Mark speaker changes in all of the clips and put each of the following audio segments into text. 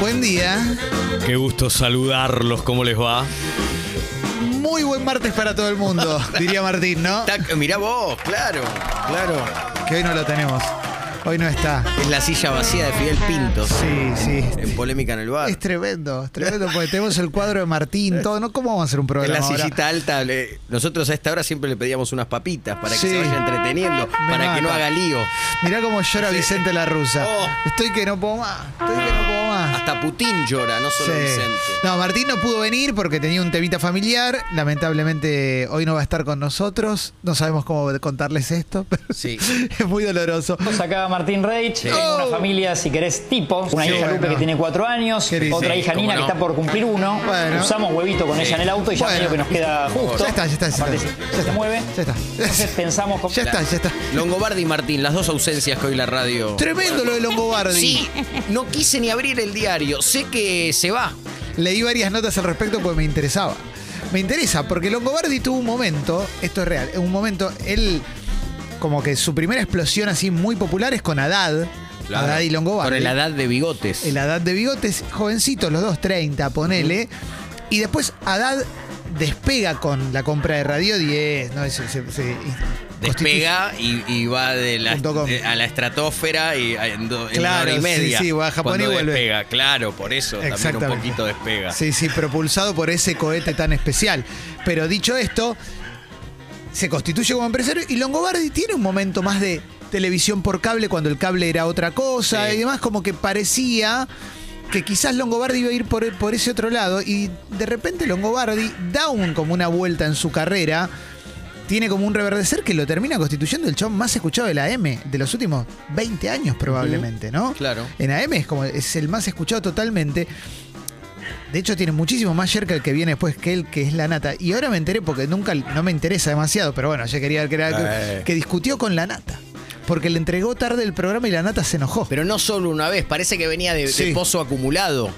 Speaker 1: Buen día.
Speaker 2: Qué gusto saludarlos, ¿cómo les va?
Speaker 1: Muy buen martes para todo el mundo, diría Martín, ¿no?
Speaker 3: Tac, mirá vos, claro, claro.
Speaker 1: Que hoy no lo tenemos. Hoy no está.
Speaker 3: Es la silla vacía de Fidel Pinto.
Speaker 1: Sí, sí.
Speaker 3: En polémica en el bar.
Speaker 1: Es tremendo, es tremendo, porque tenemos el cuadro de Martín, todo. ¿no? ¿Cómo vamos a hacer un
Speaker 3: Es
Speaker 1: programa?
Speaker 3: la
Speaker 1: ahora?
Speaker 3: sillita alta. le- nosotros a esta hora siempre le pedíamos unas papitas para que
Speaker 1: Sí.
Speaker 3: se vaya entreteniendo, para que no
Speaker 1: mata.
Speaker 3: haga lío.
Speaker 1: Mirá cómo llora Vicente la Rusa.
Speaker 3: Oh.
Speaker 1: Estoy que no puedo más. Estoy que no puedo más.
Speaker 3: Hasta Putin llora, no solo
Speaker 1: Sí.
Speaker 3: Vicente.
Speaker 1: No, Martín no pudo venir porque tenía un temita familiar. Lamentablemente hoy no va a estar con nosotros. No sabemos cómo contarles esto, pero
Speaker 3: Sí.
Speaker 1: es muy doloroso.
Speaker 4: Tenemos acá a Martín Reich, tengo una familia, si querés, tipo,
Speaker 1: Oh.
Speaker 4: una
Speaker 1: Sí,
Speaker 4: hija
Speaker 1: bueno.
Speaker 4: Lupe que tiene cuatro años,
Speaker 1: Qué lindo.
Speaker 4: otra
Speaker 3: Sí,
Speaker 4: hija
Speaker 3: cómo
Speaker 4: Nina
Speaker 3: no.
Speaker 4: que está por cumplir uno,
Speaker 1: Bueno.
Speaker 4: usamos huevito con ella en el auto y ya
Speaker 1: Bueno.
Speaker 4: medio que nos queda justo.
Speaker 1: Ya está, ya está, ya
Speaker 4: Aparte,
Speaker 1: está.
Speaker 4: se-
Speaker 1: Ya
Speaker 4: se
Speaker 1: está.
Speaker 4: mueve.
Speaker 1: Ya está.
Speaker 4: Entonces pensamos con...
Speaker 1: Ya está, ya está.
Speaker 3: Longobardi y Martín, las dos ausencias que hoy la radio.
Speaker 1: Tremendo lo de Longobardi.
Speaker 3: Sí, no quise ni abrir el diario. Sé que se va.
Speaker 1: Leí varias notas al respecto porque me interesaba. Me interesa, porque Longobardi tuvo un momento, esto es real, en un momento, él, como que su primera explosión así muy popular es con Haddad. Haddad y Longobardi.
Speaker 3: Con la edad de bigotes.
Speaker 1: en la edad de bigotes, jovencitos, los dos, 30, ponele. Y después Haddad despega con la compra de Radio 10, ¿no? Se- se- se-
Speaker 3: Despega y, y va de la,
Speaker 1: Punto com.
Speaker 3: de- a la estratosfera y a- en, do- en
Speaker 1: Claro,
Speaker 3: una hora y
Speaker 1: sí,
Speaker 3: media.
Speaker 1: sí, va a Japón
Speaker 3: cuando
Speaker 1: y vuelve.
Speaker 3: Despega, claro, por eso también un
Speaker 1: Exactamente.
Speaker 3: poquito despega.
Speaker 1: Sí, sí, propulsado por ese cohete tan especial. Pero dicho esto, se constituye como empresario y Longobardi tiene un momento más de televisión por cable cuando el cable era otra cosa
Speaker 3: Sí.
Speaker 1: y demás, como que parecía que quizás Longobardi iba a ir por, e, por ese otro lado y de repente Longobardi da un, como una vuelta en su carrera. Tiene como un reverdecer que lo termina constituyendo el chabón más escuchado de la M de los últimos 20 años probablemente, ¿no?
Speaker 3: Claro.
Speaker 1: En AM es como es el más escuchado totalmente. De hecho, tiene muchísimo más cerca el que viene después que él, que es la nata. Y ahora me enteré, porque nunca no me interesa demasiado, pero bueno, ya quería ver que era algo-
Speaker 3: Eh.
Speaker 1: que discutió con la nata. Porque le entregó tarde el programa y la nata se enojó.
Speaker 3: Pero no solo una vez, parece que venía de, de
Speaker 1: Sí.
Speaker 3: pozo acumulado.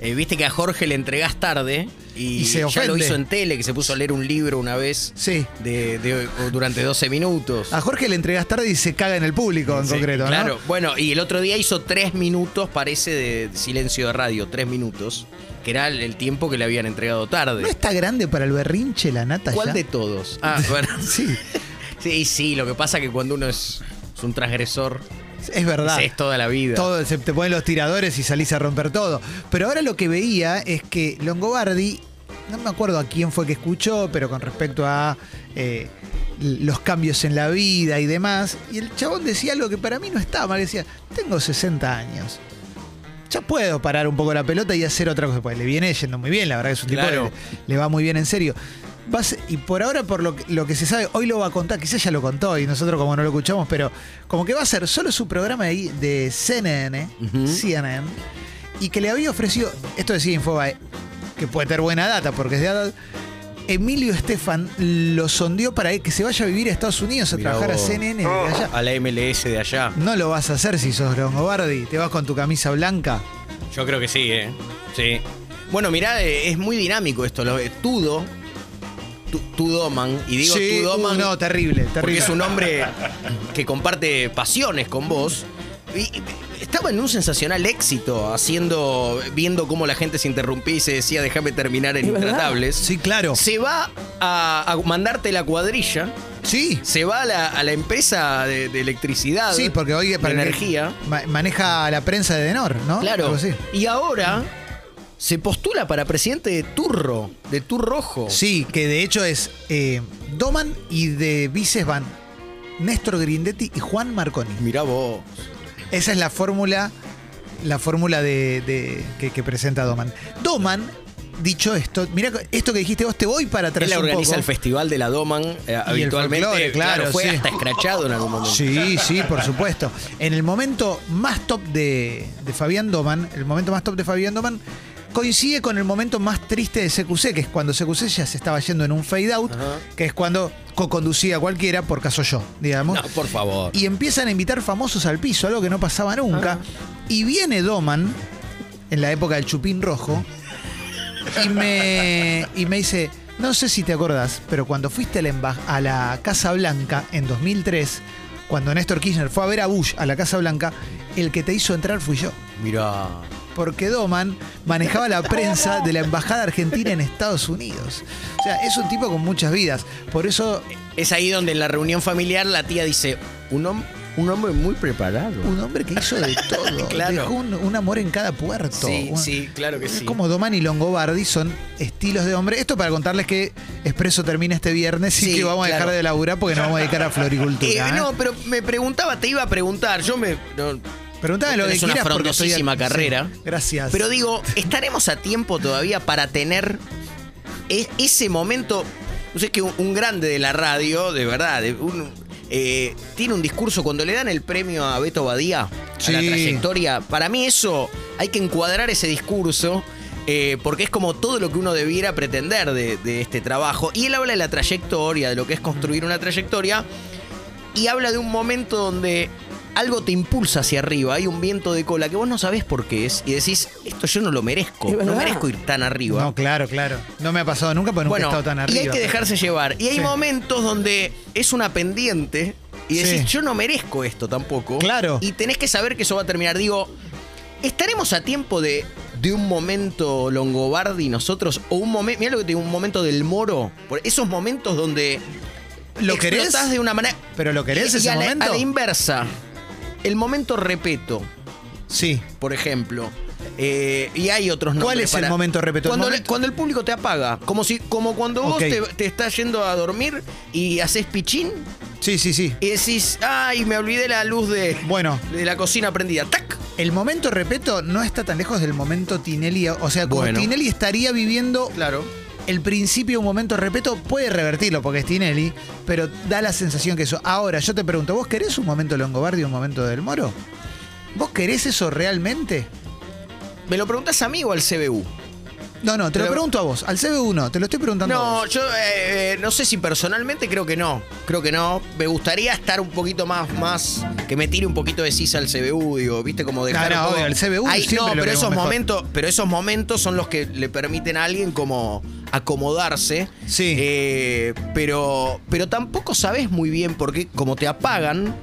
Speaker 3: Eh, Viste que a Jorge le entregás tarde y,
Speaker 1: Y se
Speaker 3: ya lo
Speaker 1: ofende.
Speaker 3: hizo en tele, que se puso a leer un libro una vez
Speaker 1: Sí.
Speaker 3: de, de- durante 12 minutos.
Speaker 1: A Jorge le entregas tarde y se caga en el público en
Speaker 3: Sí,
Speaker 1: concreto, ¿no?
Speaker 3: Claro, bueno, y el otro día hizo tres minutos, parece, de silencio de radio, tres minutos, que era el- el tiempo que le habían entregado tarde.
Speaker 1: ¿No está grande para el berrinche la nata
Speaker 3: ¿Cuál
Speaker 1: ya?
Speaker 3: de todos? Ah, bueno.
Speaker 1: Sí,
Speaker 3: Sí, sí, lo que pasa es que cuando uno es, es un transgresor,
Speaker 1: es verdad.
Speaker 3: ese es toda la vida.
Speaker 1: Todo, se te ponen los tiradores y salís a romper todo. Pero ahora lo que veía es que Longobardi, no me acuerdo a quién fue que escuchó, pero con respecto a eh, los cambios en la vida y demás, y el chabón decía algo que para mí no estaba mal, decía, tengo 60 años. Ya puedo parar un poco la pelota y hacer otra cosa. Pues le viene yendo muy bien, la verdad que es un tipo
Speaker 3: Claro.
Speaker 1: que le va muy bien en serio. Va a ser- y por ahora, por lo que, lo que se sabe, hoy lo va a contar, quizás ya lo contó y nosotros como no lo escuchamos, pero como que va a ser solo su programa de, de CNN,
Speaker 3: Ujú.
Speaker 1: CNN, y que le había ofrecido, esto decía Infobae, que puede tener buena data porque es de edad, Emilio Estefan lo sondeó para que se vaya a vivir a Estados Unidos a
Speaker 3: Mirá
Speaker 1: trabajar
Speaker 3: vos.
Speaker 1: a CNN de allá.
Speaker 3: A la MLS de allá.
Speaker 1: No lo vas a hacer si sos Longobardi, te vas con tu camisa blanca.
Speaker 3: Yo creo que sí, ¿eh? Sí. Bueno, mirá, eh, es muy dinámico esto. Lo, eh, Tudo, Tu- Tudoman, y digo
Speaker 1: Sí,
Speaker 3: Tudoman
Speaker 1: uh, no, terrible,
Speaker 3: porque
Speaker 1: terrible.
Speaker 3: es un hombre que comparte pasiones con vos. Y y estaba en un sensacional éxito haciendo, viendo cómo la gente se interrumpía y se decía, déjame terminar en Intratables.
Speaker 1: Sí, claro.
Speaker 3: Se va a, a mandarte la cuadrilla,
Speaker 1: Sí.
Speaker 3: se va a la, a la empresa de, de electricidad,
Speaker 1: Sí, porque hoy
Speaker 3: de
Speaker 1: para el que
Speaker 3: energía.
Speaker 1: ma- maneja la prensa de Denor, ¿no?
Speaker 3: Claro.
Speaker 1: Algo así.
Speaker 3: Y ahora se postula para presidente de Turro, de Tur Rojo.
Speaker 1: Sí, que de hecho es eh, Doman y de vices van Néstor Grindetti y Juan Marconi.
Speaker 3: Mirá vos.
Speaker 1: Esa es la fórmula, la fórmula de, de- que, que presenta Doman. Doman, dicho esto, mira esto que dijiste vos, te voy para atrás
Speaker 3: Él la
Speaker 1: un
Speaker 3: organiza
Speaker 1: poco.
Speaker 3: el festival de la Doman eh, habitualmente.
Speaker 1: folclore, claro,
Speaker 3: fue
Speaker 1: sí.
Speaker 3: hasta escrachado en algún momento.
Speaker 1: Sí, sí, por supuesto. En el momento más top de, de Fabián Doman, el momento más top de Fabián Doman coincide con el momento más triste de CQC, que es cuando CQC ya se estaba yendo en un fade out,
Speaker 3: Ajá.
Speaker 1: que es cuando co-conducía cualquiera, por caso yo, digamos.
Speaker 3: No, por favor.
Speaker 1: Y empiezan a invitar famosos al piso, algo que no pasaba nunca. Y viene Doman, en la época del Chupín Rojo, y me, y me dice, no sé si te acordás, pero cuando fuiste a la, emba- a la Casa Blanca en 2003, cuando Néstor Kirchner fue a ver a Bush a la Casa Blanca, el que te hizo entrar fui yo.
Speaker 3: Mirá.
Speaker 1: porque Doman manejaba la prensa de la embajada argentina en Estados Unidos. O sea, es un tipo con muchas vidas. Por eso
Speaker 3: Es ahí donde en la reunión familiar la tía dice, un, hom- un hombre muy preparado.
Speaker 1: Un hombre que hizo de todo.
Speaker 3: Claro.
Speaker 1: Dejó un, un amor en cada puerto.
Speaker 3: Sí,
Speaker 1: Un-
Speaker 3: sí, claro que
Speaker 1: Es
Speaker 3: sí.
Speaker 1: como Doman y Longobardi son estilos de hombre. Esto para contarles que Expreso termina este viernes y
Speaker 3: Sí,
Speaker 1: que vamos a
Speaker 3: claro.
Speaker 1: dejar de laburar porque nos vamos a dedicar a
Speaker 3: Eh,
Speaker 1: floricultura. ¿eh?
Speaker 3: no, pero me preguntaba, te iba a preguntar, yo me... no,
Speaker 1: Preguntame lo que
Speaker 3: tenés una
Speaker 1: quieras porque estoy
Speaker 3: frondosísima
Speaker 1: sí,
Speaker 3: carrera.
Speaker 1: gracias.
Speaker 3: Pero digo, ¿estaremos a tiempo todavía para tener e- ese momento? No sé, que un, un grande de la radio, de verdad, de un- eh, tiene un discurso cuando le dan el premio a Beto Badía, a la
Speaker 1: Sí.
Speaker 3: trayectoria. Para mí eso, hay que encuadrar ese discurso. eh, porque es como todo lo que uno debiera pretender de, de este trabajo. Y él habla de la trayectoria, de lo que es construir una trayectoria y habla de un momento donde algo te impulsa hacia arriba, hay un viento de cola que vos no sabés por qué es y decís, esto yo no lo merezco,
Speaker 5: Es
Speaker 3: no
Speaker 5: verdad.
Speaker 3: merezco ir tan arriba.
Speaker 1: No, claro, claro. No me ha pasado nunca porque nunca he
Speaker 3: bueno,
Speaker 1: estado tan
Speaker 3: y
Speaker 1: arriba.
Speaker 3: hay que dejarse llevar. Y hay
Speaker 1: Sí.
Speaker 3: momentos donde es una pendiente y decís,
Speaker 1: Sí.
Speaker 3: yo no merezco esto tampoco.
Speaker 1: Claro.
Speaker 3: Y tenés que saber que eso va a terminar. Digo, ¿estaremos a tiempo de, de un momento Longobardi nosotros? O un momento, mira lo que te digo, un momento del Moro. Por esos momentos donde
Speaker 1: ¿Lo querés?
Speaker 3: explotás de una manera...
Speaker 1: ¿Pero lo querés
Speaker 3: Y- y
Speaker 1: ese
Speaker 3: a la-
Speaker 1: momento?
Speaker 3: a la inversa. El momento repeto,
Speaker 1: Sí.
Speaker 3: por ejemplo. eh, y hay otros nombres.
Speaker 1: ¿Cuál es el momento repeto? ¿El
Speaker 3: Cuando, le-
Speaker 1: momento?
Speaker 3: cuando el público te apaga. Como si como cuando vos
Speaker 1: Ok.
Speaker 3: te, te estás yendo a dormir y haces pichín
Speaker 1: Sí, sí, sí.
Speaker 3: y decís, ay, me olvidé la luz de,
Speaker 1: Bueno,
Speaker 3: de la cocina prendida. ¡Tac!
Speaker 1: El momento, repito, no está tan lejos del momento Tinelli. O sea, como
Speaker 3: Bueno.
Speaker 1: Tinelli estaría viviendo
Speaker 3: Claro.
Speaker 1: el principio de un momento, repito, puede revertirlo porque es Tinelli, pero da la sensación que eso. Ahora, yo te pregunto, ¿vos querés un momento Longobardi y un momento del Moro? ¿Vos querés eso realmente?
Speaker 3: ¿Me lo preguntás a mí o al CBU?
Speaker 1: No, no, te lo
Speaker 3: Pero-
Speaker 1: pregunto a vos, al CB1, te lo estoy preguntando a
Speaker 3: No,
Speaker 1: vos.
Speaker 3: yo eh, eh, no sé si personalmente creo que no. Creo que no. Me gustaría estar un poquito más, más que me tire un poquito de sisa al CBU, digo, viste como dejar.
Speaker 1: no,
Speaker 3: un poco-
Speaker 1: obvio, el CBU
Speaker 3: Ahí,
Speaker 1: siempre
Speaker 3: no,
Speaker 1: lo
Speaker 3: pero
Speaker 1: queremos
Speaker 3: esos
Speaker 1: mejor.
Speaker 3: momentos, pero esos momentos son los que le permiten a alguien como acomodarse.
Speaker 1: Sí.
Speaker 3: Eh, pero, pero tampoco sabes muy bien por qué, como te apagan.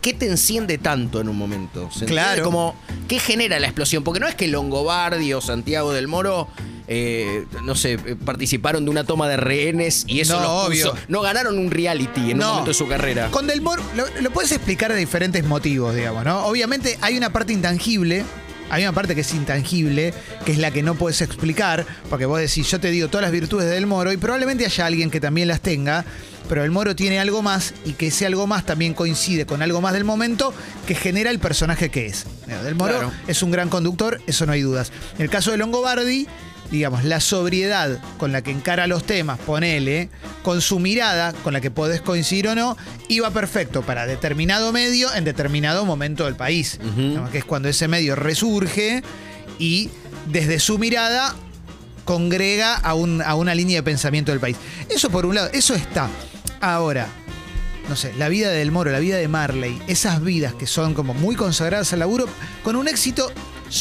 Speaker 3: ¿Qué te enciende tanto en un momento? ¿Se entiende?
Speaker 1: Claro.
Speaker 3: Como, ¿Qué genera la explosión? Porque no es que Longobardi o Santiago del Moro, eh, no sé, eh, participaron de una toma de rehenes y
Speaker 1: No,
Speaker 3: eso los puso-
Speaker 1: obvio.
Speaker 3: No ganaron un reality en un
Speaker 1: No.
Speaker 3: momento de su carrera.
Speaker 1: Con Del Moro lo, lo puedes explicar de diferentes motivos, digamos, ¿no? Obviamente hay una parte intangible, hay una parte que es intangible, que es la que no puedes explicar, porque vos decís, yo te digo todas las virtudes de Del Moro y probablemente haya alguien que también las tenga, pero el Moro tiene algo más y que ese algo más también coincide con algo más del momento que genera el personaje que es. Del Moro
Speaker 3: Claro.
Speaker 1: es un gran conductor, eso no hay dudas. En el caso de Longobardi, digamos, la sobriedad con la que encara los temas, ponele, con su mirada, con la que podés coincidir o no, iba perfecto para determinado medio en determinado momento del país. Digamos, Que es cuando ese medio resurge y desde su mirada congrega a, un- a una línea de pensamiento del país. Eso por un lado, eso está. Ahora, no sé, la vida del Moro, la vida de Marley, esas vidas que son como muy consagradas al laburo, con un éxito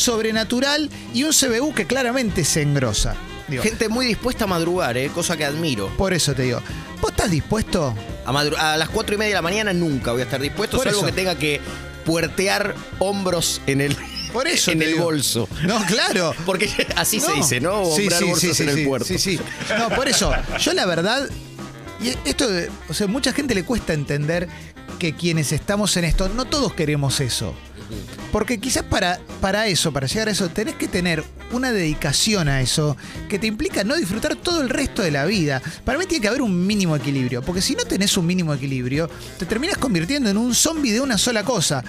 Speaker 1: sobrenatural y un CBU que claramente se engrosa. Digo,
Speaker 3: Gente muy dispuesta a madrugar, eh, cosa que admiro.
Speaker 1: por eso te digo, ¿vos estás dispuesto?
Speaker 3: A, madru- a las 4 y media de la mañana nunca voy a estar dispuesto,
Speaker 1: Por
Speaker 3: salvo
Speaker 1: eso.
Speaker 3: que tenga que puertear hombros en el,
Speaker 1: Por eso
Speaker 3: en
Speaker 1: te
Speaker 3: el
Speaker 1: digo.
Speaker 3: bolso.
Speaker 1: No, claro.
Speaker 3: Porque así se
Speaker 1: No.
Speaker 3: dice, ¿no?
Speaker 1: Sí,
Speaker 3: Hombrar
Speaker 1: sí,
Speaker 3: bolsos
Speaker 1: sí,
Speaker 3: en
Speaker 1: sí,
Speaker 3: el
Speaker 1: sí,
Speaker 3: puerto.
Speaker 1: Sí, sí. No, por eso, yo la verdad, y esto, de- o sea, mucha gente le cuesta entender que quienes estamos en esto, no todos queremos eso. Porque quizás para, para eso, para llegar a eso, tenés que tener una dedicación a eso que te implica no disfrutar todo el resto de la vida. Para mí tiene que haber un mínimo equilibrio, porque si no tenés un mínimo equilibrio, te terminas convirtiendo en un zombie de una sola cosa.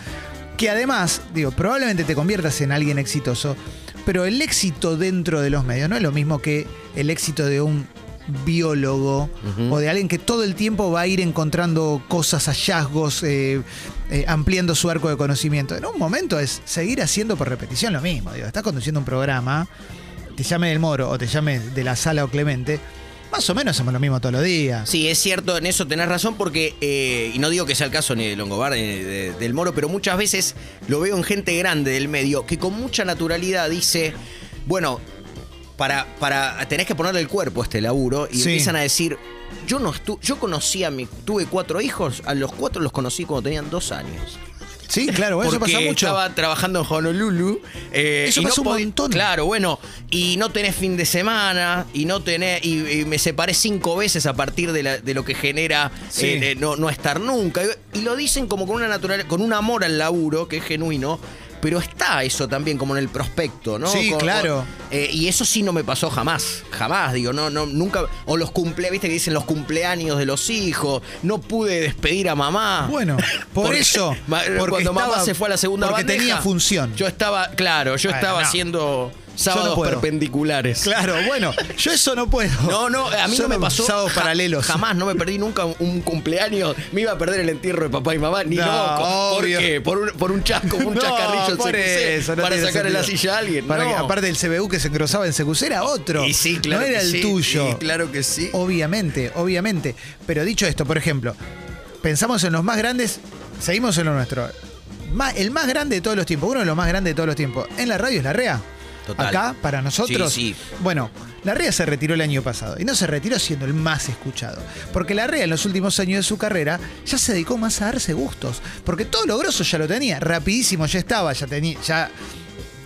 Speaker 1: Que además, digo, probablemente te conviertas en alguien exitoso, pero el éxito dentro de los medios no es lo mismo que el éxito de un biólogo o de alguien que todo el tiempo va a ir encontrando cosas, hallazgos, eh, eh, ampliando su arco de conocimiento. En un momento es seguir haciendo por repetición lo mismo. Digo, estás conduciendo un programa, te llame del Moro o te llame de la Sala o Clemente, más o menos hacemos lo mismo todos los días.
Speaker 3: Sí, es cierto, en eso tenés razón, porque, eh, y no digo que sea el caso ni de Longobardi ni de- del Moro, pero muchas veces lo veo en gente grande del medio que con mucha naturalidad dice, bueno, para, para tenés que ponerle el cuerpo a este laburo, y
Speaker 1: Sí.
Speaker 3: empiezan a decir, yo no estu yo conocí a mi, tuve cuatro hijos, a los cuatro los conocí cuando tenían dos años.
Speaker 1: Sí, claro, bueno, eso
Speaker 3: porque
Speaker 1: pasa mucho.
Speaker 3: estaba trabajando en Honolulu. eh,
Speaker 1: Eso
Speaker 3: y no
Speaker 1: pasa un
Speaker 3: podí-
Speaker 1: montón.
Speaker 3: Claro, bueno, y no tenés fin de semana, y no tenés. Y, y me separé cinco veces a partir de, la- de lo que genera
Speaker 1: Sí.
Speaker 3: eh, eh, no, no estar nunca. Y, y lo dicen como con una natural, con un amor al laburo que es genuino. Pero está eso también como en el prospecto, ¿no?
Speaker 1: Sí,
Speaker 3: Con-
Speaker 1: claro.
Speaker 3: con- eh, y eso sí no me pasó jamás, jamás, digo, no, no, nunca. O los cumple, viste que dicen los cumpleaños de los hijos, no pude despedir a mamá.
Speaker 1: Bueno, por
Speaker 3: Ah. Porque-
Speaker 1: eso,
Speaker 3: ma-
Speaker 1: porque
Speaker 3: cuando mamá
Speaker 1: estaba-
Speaker 3: se fue a la segunda
Speaker 1: porque
Speaker 3: bandeja,
Speaker 1: tenía función.
Speaker 3: Yo estaba, claro, yo
Speaker 1: Bueno,
Speaker 3: estaba
Speaker 1: no.
Speaker 3: haciendo sábados
Speaker 1: puedo.
Speaker 3: perpendiculares.
Speaker 1: Claro, bueno, yo eso no puedo.
Speaker 3: No, no, a mí
Speaker 1: Solo
Speaker 3: no me pasó.
Speaker 1: sábados
Speaker 3: ja-
Speaker 1: paralelos.
Speaker 3: Jamás, no me perdí nunca un- un cumpleaños. Me iba a perder el entierro de papá y mamá, ni
Speaker 1: No,
Speaker 3: loco. ¿Por
Speaker 1: obvio.
Speaker 3: qué? Por un, por un chasco, un
Speaker 1: No,
Speaker 3: chascarrillo en
Speaker 1: por
Speaker 3: CQC
Speaker 1: eso, no
Speaker 3: para
Speaker 1: tiene
Speaker 3: sacarle la
Speaker 1: sentido.
Speaker 3: silla a alguien.
Speaker 1: Para
Speaker 3: no.
Speaker 1: que, aparte del CBU que se engrosaba en CQC era otro.
Speaker 3: Y sí, claro
Speaker 1: No era
Speaker 3: que
Speaker 1: el
Speaker 3: sí,
Speaker 1: tuyo.
Speaker 3: y claro que sí.
Speaker 1: Obviamente, obviamente. Pero dicho esto, por ejemplo, pensamos en los más grandes, seguimos en lo nuestro. Ma- el más grande de todos los tiempos, uno de los más grandes de todos los tiempos, en la radio es Larrea.
Speaker 3: Total.
Speaker 1: Acá, para nosotros.
Speaker 3: Sí,
Speaker 1: Bueno, Larrea se retiró el año pasado y no se retiró siendo el más escuchado. Porque Larrea en los últimos años de su carrera ya se dedicó más a darse gustos. Porque todo lo grosso ya lo tenía, rapidísimo ya estaba, ya tenía, ya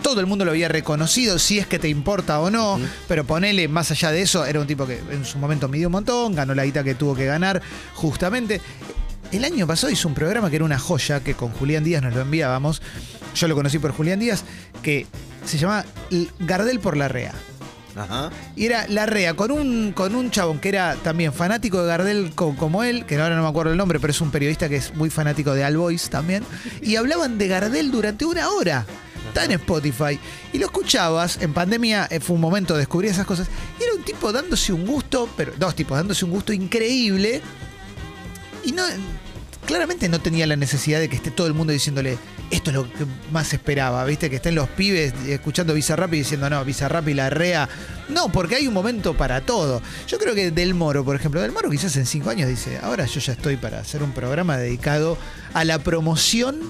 Speaker 1: todo el mundo lo había reconocido, si es que te importa o no, pero ponele, más allá de eso, era un tipo que en su momento midió un montón, ganó la guita que tuvo que ganar, justamente. El año pasado hizo un programa que era una joya, que con Julián Díaz nos lo enviábamos, yo lo conocí por Julián Díaz, que se llamaba L- Gardel por la Rea.
Speaker 3: Ajá.
Speaker 1: Y era Larrea con un, con un chabón que era también fanático de Gardel co- como él, que ahora no me acuerdo el nombre, pero es un periodista que es muy fanático de All Boys también. Y hablaban de Gardel durante una hora. Está en Spotify. Y lo escuchabas, en pandemia eh, fue un momento de descubrir esas cosas. Y era un tipo dándose un gusto, pero dos tipos dándose un gusto increíble. Y no. Claramente no tenía la necesidad de que esté todo el mundo diciéndole, esto es lo que más esperaba, ¿viste? Que estén los pibes escuchando Bizarrap y diciendo, no, Bizarrap y la rea. No, porque hay un momento para todo. Yo creo que Del Moro, por ejemplo, Del Moro quizás en cinco años dice, ahora yo ya estoy para hacer un programa dedicado a la promoción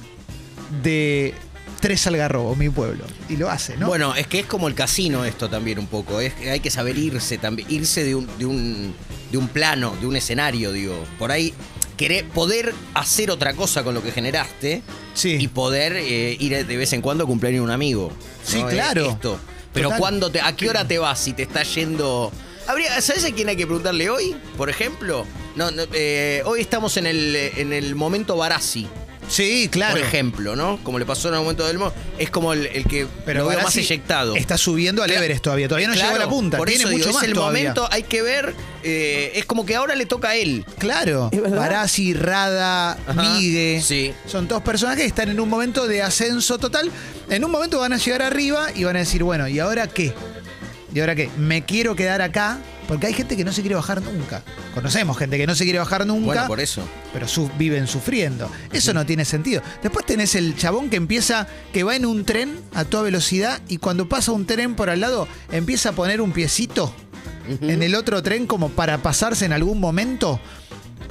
Speaker 1: de Tres Algarrobos, mi pueblo. Y lo hace, ¿no?
Speaker 3: Bueno, es que es como el casino esto también un poco. Es que hay que saber irse también, irse de un, de un, de un plano, de un escenario, digo. Por ahí querer, poder hacer otra cosa con lo que generaste
Speaker 1: Sí.
Speaker 3: y poder eh, ir de vez en cuando a cumpleaños de un amigo.
Speaker 1: Sí,
Speaker 3: ¿no?
Speaker 1: claro.
Speaker 3: Es esto. Pero
Speaker 1: Total.
Speaker 3: cuando te, ¿a qué hora te vas si te está yendo? Habría, ¿Sabes a quién hay que preguntarle hoy? Por ejemplo, no, no, eh, hoy estamos en el, en el momento Barassi
Speaker 1: sí, claro.
Speaker 3: por ejemplo, ¿no? Como le pasó en el momento del Mo, es como el, el que
Speaker 1: pero
Speaker 3: lo veo
Speaker 1: ahora
Speaker 3: más
Speaker 1: sí
Speaker 3: eyectado.
Speaker 1: Está subiendo al
Speaker 3: Cla-
Speaker 1: Everest todavía. Todavía no
Speaker 3: Claro,
Speaker 1: llegó a la punta.
Speaker 3: Por
Speaker 1: Tiene
Speaker 3: eso
Speaker 1: mucho
Speaker 3: digo,
Speaker 1: más
Speaker 3: es el
Speaker 1: todavía.
Speaker 3: momento, hay que ver, eh, es como que ahora le toca a él.
Speaker 1: Claro, Barassi, Rada,
Speaker 3: Ajá,
Speaker 1: Migue.
Speaker 3: sí.
Speaker 1: Son dos personajes que están en un momento de ascenso total. En un momento van a llegar arriba y van a decir, bueno, ¿y ahora qué? ¿Y ahora qué? Me quiero quedar acá. Porque hay gente que no se quiere bajar nunca. Conocemos gente que no se quiere bajar nunca
Speaker 3: Bueno, por eso.
Speaker 1: pero su- viven sufriendo. Eso no tiene sentido. Después tenés el chabón que empieza, que va en un tren a toda velocidad y cuando pasa un tren por al lado empieza a poner un piecito en el otro tren como para pasarse en algún momento.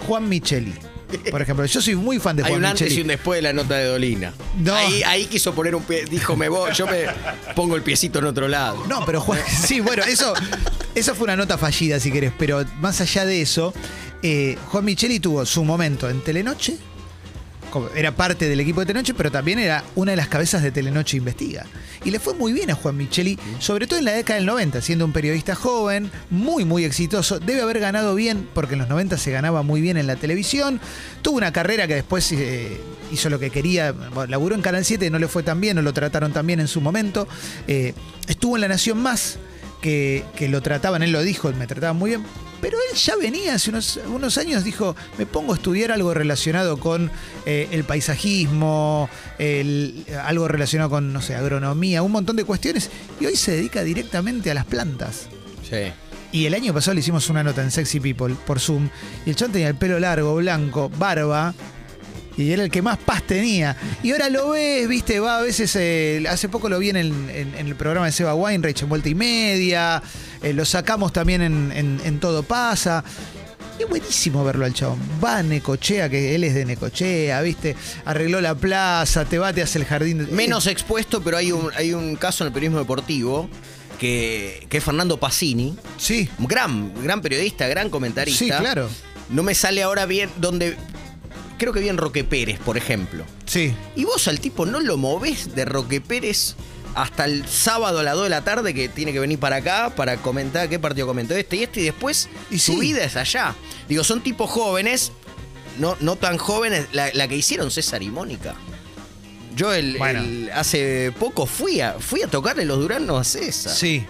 Speaker 1: Juan Micheli, por ejemplo. Yo soy muy fan de
Speaker 3: Hay
Speaker 1: Juan
Speaker 3: un antes
Speaker 1: Micheli.
Speaker 3: y un después de la nota de Dolina.
Speaker 1: No.
Speaker 3: Ahí, ahí quiso poner un pie, dijo, me voy, yo me pongo el piecito en otro lado.
Speaker 1: No, pero Juan, sí, bueno, eso, eso fue una nota fallida, si querés, pero más allá de eso, eh, Juan Micheli tuvo su momento en Telenoche, como- era parte del equipo de Telenoche, pero también era una de las cabezas de Telenoche Investiga. Y le fue muy bien a Juan Micheli, sobre todo en la década del 90, siendo un periodista joven, muy, muy exitoso, debe haber ganado bien, porque en los 90 se ganaba muy bien en la televisión, tuvo una carrera que después... eh, hizo lo que quería, bueno, laburó en Canal 7, no le fue tan bien, no lo trataron tan bien en su momento. Eh, estuvo en La Nación Más, que, que lo trataban, él lo dijo, me trataban muy bien. Pero él ya venía hace unos, unos años, dijo, me pongo a estudiar algo relacionado con eh, el paisajismo, el- algo relacionado con, no sé, agronomía, un montón de cuestiones. Y hoy se dedica directamente a las plantas.
Speaker 3: Sí.
Speaker 1: Y el año pasado le hicimos una nota en Sexy People por Zoom. Y el chon tenía el pelo largo, blanco, barba. Y era el que más paz tenía. Y ahora lo ves, viste, va a veces. eh, hace poco lo vi en el, en- en el programa de Seba Weinreich en vuelta y media. eh, lo sacamos también en, en- en Todo Pasa. Es buenísimo verlo al chabón. Va a Necochea, que él es de Necochea, viste. Arregló la plaza, te va, te hace el jardín. Eh,
Speaker 3: Menos expuesto, pero hay un, hay un caso en el periodismo deportivo que, que es Fernando Pacini,
Speaker 1: Sí,
Speaker 3: gran, gran periodista, gran comentarista.
Speaker 1: sí, claro.
Speaker 3: No me sale ahora bien donde creo que vi en Roque Pérez, por ejemplo.
Speaker 1: Sí.
Speaker 3: Y vos al tipo no lo movés de Roque Pérez hasta el sábado a las 2 de la tarde que tiene que venir para acá para comentar qué partido comentó este y este y después
Speaker 1: Y
Speaker 3: su
Speaker 1: sí.
Speaker 3: vida es allá. Digo, son tipos jóvenes, no, no tan jóvenes, la, la que hicieron César y Mónica. Yo el,
Speaker 1: Bueno.
Speaker 3: el- hace poco fui a, fui a tocarle los duranos a César.
Speaker 1: Sí.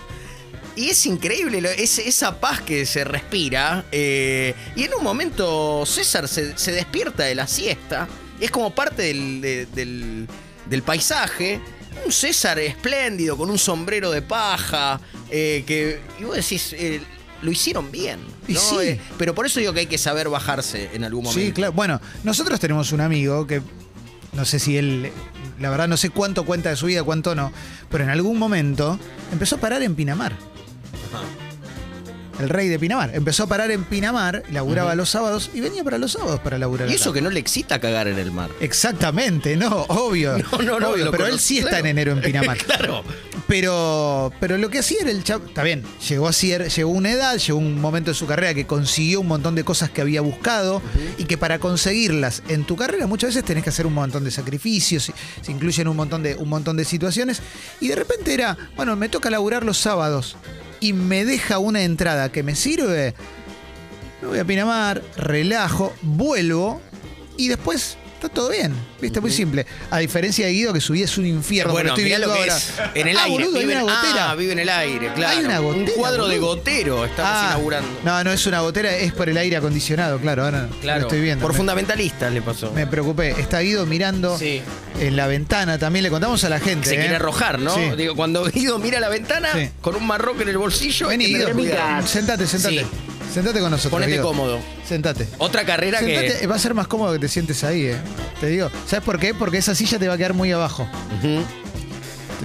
Speaker 3: Y es increíble lo- es- esa paz que se respira. eh, y en un momento César se, se despierta de la siesta. Es como parte del, de- del- del paisaje. Un César espléndido, con un sombrero de paja. eh, que, y vos decís, eh, lo hicieron bien.
Speaker 1: Y
Speaker 3: ¿no?
Speaker 1: sí.
Speaker 3: Eh, pero por eso digo que hay que saber bajarse en algún momento.
Speaker 1: Sí, claro. Bueno, nosotros tenemos un amigo que no sé si él, la verdad no sé cuánto cuenta de su vida, cuánto no, pero en algún momento empezó a parar en Pinamar. El rey de Pinamar. Empezó a parar en Pinamar, laburaba los sábados y venía para los sábados para laburar.
Speaker 3: Y
Speaker 1: acá.
Speaker 3: eso que no le excita cagar en el mar.
Speaker 1: Exactamente, no, obvio.
Speaker 3: No, no, no,
Speaker 1: obvio,
Speaker 3: lo
Speaker 1: pero él
Speaker 3: conozco,
Speaker 1: sí está en
Speaker 3: claro.
Speaker 1: enero en Pinamar.
Speaker 3: Claro.
Speaker 1: Pero, pero lo que hacía era el chavo. Está bien, llegó a ser, llegó una edad, llegó un momento de su carrera que consiguió un montón de cosas que había buscado y que para conseguirlas en tu carrera muchas veces tenés que hacer un montón de sacrificios, se incluyen un montón de, un montón de situaciones. Y de repente era, bueno, me toca laburar los sábados y me deja una entrada que me sirve. Me voy a Pinamar, relajo, vuelvo y después. Está todo bien, ¿viste? Muy simple. A diferencia de Guido, que su vida es un infierno.
Speaker 3: Bueno,
Speaker 1: pero estoy
Speaker 3: mirá
Speaker 1: viendo
Speaker 3: lo que
Speaker 1: ahora.
Speaker 3: es. En el
Speaker 1: Ah,
Speaker 3: aire.
Speaker 1: boludo, hay
Speaker 3: vive
Speaker 1: una
Speaker 3: en-
Speaker 1: gotera.
Speaker 3: Ah, vive en el aire, claro.
Speaker 1: Hay una gotera,
Speaker 3: Un cuadro de
Speaker 1: boludo.
Speaker 3: gotero estamos
Speaker 1: Ah,
Speaker 3: inaugurando.
Speaker 1: No, no es una gotera, es por el aire acondicionado, claro. Ahora
Speaker 3: Claro.
Speaker 1: lo estoy viendo.
Speaker 3: Por
Speaker 1: me,
Speaker 3: fundamentalistas le pasó.
Speaker 1: me preocupé. Está Guido mirando
Speaker 3: Sí.
Speaker 1: en la ventana también. Le contamos a la gente.
Speaker 3: Se
Speaker 1: ¿eh?
Speaker 3: quiere arrojar, ¿no?
Speaker 1: Sí.
Speaker 3: Digo, cuando Guido mira la ventana
Speaker 1: Sí.
Speaker 3: con un marroque en el bolsillo,
Speaker 1: Vení,
Speaker 3: hay que
Speaker 1: Guido.
Speaker 3: tener cuidado.
Speaker 1: Sentate, sentate.
Speaker 3: Sí.
Speaker 1: Sentate con nosotros.
Speaker 3: Ponete
Speaker 1: Guido.
Speaker 3: cómodo.
Speaker 1: Sentate.
Speaker 3: Otra carrera
Speaker 1: Sentate,
Speaker 3: que.
Speaker 1: Va a ser más cómodo que te sientes ahí, ¿eh? Te digo. ¿Sabes por qué? Porque esa silla te va a quedar muy abajo.
Speaker 3: Ujú.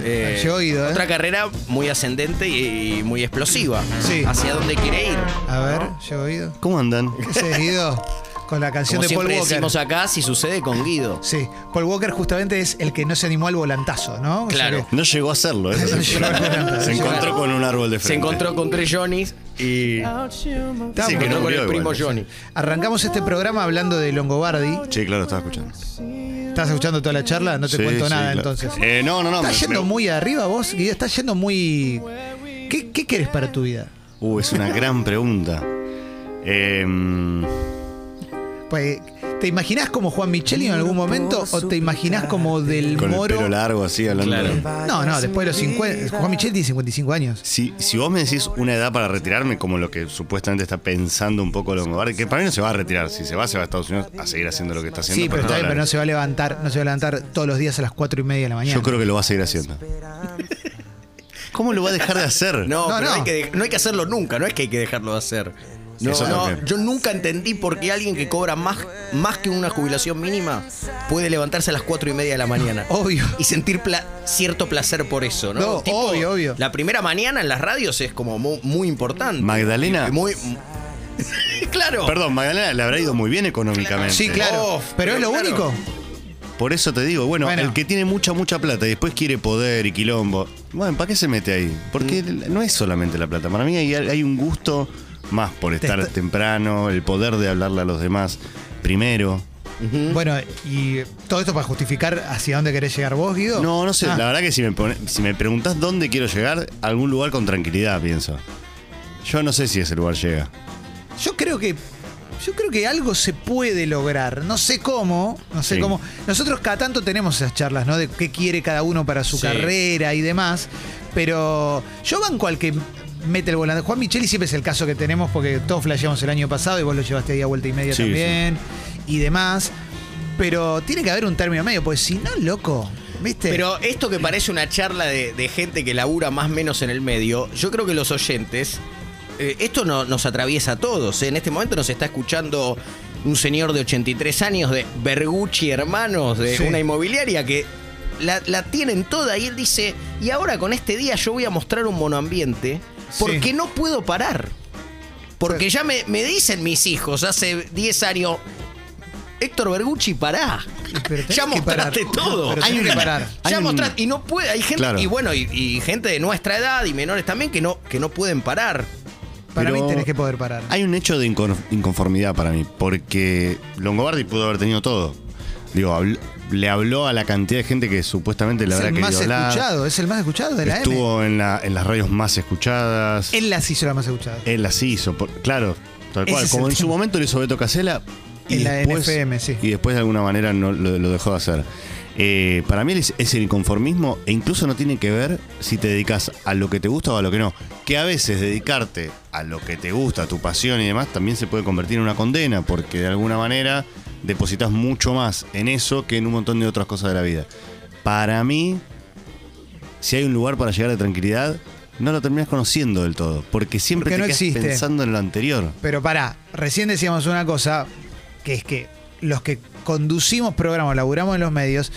Speaker 3: Eh,
Speaker 1: Yo oído, ¿eh?
Speaker 3: Otra carrera muy ascendente y, y muy explosiva.
Speaker 1: Sí.
Speaker 3: Hacia dónde quiere ir.
Speaker 1: A ver, yo Guido.
Speaker 5: ¿Cómo andan?
Speaker 1: Ese es Guido. Con la canción
Speaker 3: Como
Speaker 1: de Paul
Speaker 3: siempre
Speaker 1: Walker.
Speaker 3: decimos acá, si sucede con Guido.
Speaker 1: Sí, Paul Walker justamente es el que no se animó al volantazo, ¿no? O sea
Speaker 3: Claro.
Speaker 5: No llegó a hacerlo. eso
Speaker 1: No
Speaker 5: sí.
Speaker 1: llegó a hacerlo.
Speaker 5: Se encontró con un árbol de
Speaker 3: Se
Speaker 5: frente.
Speaker 3: encontró con tres Johnnys y.
Speaker 1: que-
Speaker 5: Sí,
Speaker 1: Estamos-
Speaker 5: que
Speaker 3: Encontró
Speaker 5: no
Speaker 3: con el
Speaker 5: murió
Speaker 3: primo
Speaker 5: igual.
Speaker 3: Johnny.
Speaker 1: Arrancamos este programa hablando de Longobardi.
Speaker 5: Sí, claro, estaba escuchando.
Speaker 1: ¿Estás escuchando toda la charla? No te
Speaker 5: Sí,
Speaker 1: cuento
Speaker 5: sí,
Speaker 1: nada
Speaker 5: claro.
Speaker 1: entonces.
Speaker 5: Eh, no, no, no.
Speaker 1: ¿Estás
Speaker 5: me-
Speaker 1: yendo
Speaker 5: me-
Speaker 1: muy arriba vos, Guido? ¿Estás yendo muy...? ¿Qué, qué querés para tu vida?
Speaker 5: Uh, es una gran pregunta. Em,
Speaker 1: Pues, ¿Te imaginás como Juan Micheli en algún momento o te imaginás como del
Speaker 5: con el
Speaker 1: Moro?
Speaker 5: pelo largo, así, hablando. de-
Speaker 1: No, no, después de los 50... Juan Micheli tiene 55 años.
Speaker 5: Si, si vos me decís una edad para retirarme, como lo que supuestamente está pensando un poco Longobardi, que para mí no se va a retirar. Si se va, se va a Estados Unidos a seguir haciendo lo que está haciendo.
Speaker 1: Sí, pero está bien,
Speaker 5: ahora-
Speaker 1: pero no se va a levantar, no se va a levantar todos los días a las 4 y media de la mañana.
Speaker 5: Yo creo que lo va a seguir haciendo. ¿Cómo lo va a dejar de hacer?
Speaker 3: No,
Speaker 1: No,
Speaker 3: pero
Speaker 1: no.
Speaker 3: Hay que, de- no hay que hacerlo nunca, no es que hay que dejarlo de hacer. No,
Speaker 5: Eso
Speaker 3: no,
Speaker 5: también.
Speaker 3: yo nunca entendí por qué alguien que cobra más, más que una jubilación mínima puede levantarse a las 4 y media de la mañana.
Speaker 1: Obvio.
Speaker 3: Y sentir pla- cierto placer por eso, ¿no?
Speaker 1: No, obvio, obvio.
Speaker 3: La primera mañana en las radios es como mu- muy, importante.
Speaker 5: Magdalena.
Speaker 3: Y Muy. claro.
Speaker 5: Perdón, Magdalena le habrá ido muy bien económicamente.
Speaker 1: Sí, claro.
Speaker 3: Oh,
Speaker 1: pero es lo
Speaker 3: claro.
Speaker 1: único.
Speaker 5: Por eso te digo, bueno,
Speaker 1: Bueno.
Speaker 5: el que tiene mucha, mucha plata y después quiere poder y quilombo, bueno, ¿para qué se mete ahí? Porque
Speaker 1: Mm.
Speaker 5: no es solamente la plata. Para mí hay, hay un gusto más por estar
Speaker 1: está-
Speaker 5: temprano, el poder de hablarle a los demás primero.
Speaker 1: Bueno, y todo esto para justificar hacia dónde querés llegar vos, Guido.
Speaker 5: No, no sé.
Speaker 1: Ah,
Speaker 5: La verdad que si me, pone- si me preguntás dónde quiero llegar, a algún lugar con tranquilidad, pienso. Yo no sé si ese lugar llega.
Speaker 1: Yo creo que. Yo creo que algo se puede lograr. No sé cómo. No sé
Speaker 5: Sí.
Speaker 1: cómo. Nosotros cada tanto tenemos esas charlas, ¿no? De qué quiere cada uno para su
Speaker 3: Sí.
Speaker 1: carrera y demás. Pero yo banco al que mete el volante. Juan Micheli siempre es el caso que tenemos porque todos flasheamos el año pasado y vos lo llevaste ahí a vuelta y media
Speaker 5: Sí,
Speaker 1: también. Y demás. Pero tiene que haber un término medio, porque si no, loco. ¿Viste?
Speaker 3: Pero esto que parece una charla de, de gente que labura más o menos en el medio, yo creo que los oyentes, eh, esto no- nos atraviesa a todos. ¿eh? En este momento nos está escuchando un señor de 83 años de Bergucci Hermanos, de
Speaker 1: Sí.
Speaker 3: una inmobiliaria que la, la tienen toda y él dice, y ahora con este día yo voy a mostrar un monoambiente porque
Speaker 1: Sí.
Speaker 3: no puedo parar. Porque ya me, me dicen mis hijos hace 10 años, Héctor Bergucci, pará.
Speaker 1: Pero tenés
Speaker 3: ya
Speaker 1: que
Speaker 3: mostraste
Speaker 1: parar.
Speaker 3: todo.
Speaker 1: Pero
Speaker 3: Hay
Speaker 1: tenés que
Speaker 3: una-
Speaker 1: parar.
Speaker 5: Hay
Speaker 3: Ya
Speaker 5: un-
Speaker 3: mostraste. Y no puede. Hay gente.
Speaker 5: Claro.
Speaker 3: Y bueno, y, y gente de nuestra edad y menores también que no, que no pueden parar.
Speaker 1: Para
Speaker 5: Pero
Speaker 1: mí tenés que poder parar.
Speaker 5: Hay un hecho de incon- inconformidad para mí, porque Longobardi pudo haber tenido todo. Digo, habl- le habló a la cantidad de gente que supuestamente le
Speaker 1: es
Speaker 5: habrá
Speaker 1: el
Speaker 5: querido
Speaker 1: más
Speaker 5: hablar.
Speaker 1: escuchado, es el más escuchado de la M.
Speaker 5: Estuvo en, la- en las radios más escuchadas. Él,
Speaker 1: Él las hizo la más escuchada.
Speaker 5: las hizo, por- claro, tal
Speaker 1: Ese
Speaker 5: cual.
Speaker 1: es
Speaker 5: Como
Speaker 1: el
Speaker 5: en su
Speaker 1: tema.
Speaker 5: momento lo hizo Beto Casella y
Speaker 1: En la
Speaker 5: después,
Speaker 1: NFM, sí.
Speaker 5: y después de alguna manera no, lo, lo dejó de hacer. Eh, para mí es, es el inconformismo e incluso no tiene que ver si te dedicas a lo que te gusta o a lo que no. Que a veces dedicarte a lo que te gusta, a tu pasión y demás, también se puede convertir en una condena porque de alguna manera depositas mucho más en eso que en un montón de otras cosas de la vida. Para mí, si hay un lugar para llegar de tranquilidad, no lo terminas conociendo del todo, porque siempre
Speaker 1: Porque
Speaker 5: te
Speaker 1: no
Speaker 5: quedas
Speaker 1: existe.
Speaker 5: pensando en lo anterior.
Speaker 1: Pero pará, recién decíamos una cosa, que es que los que conducimos programas, laburamos en los medios,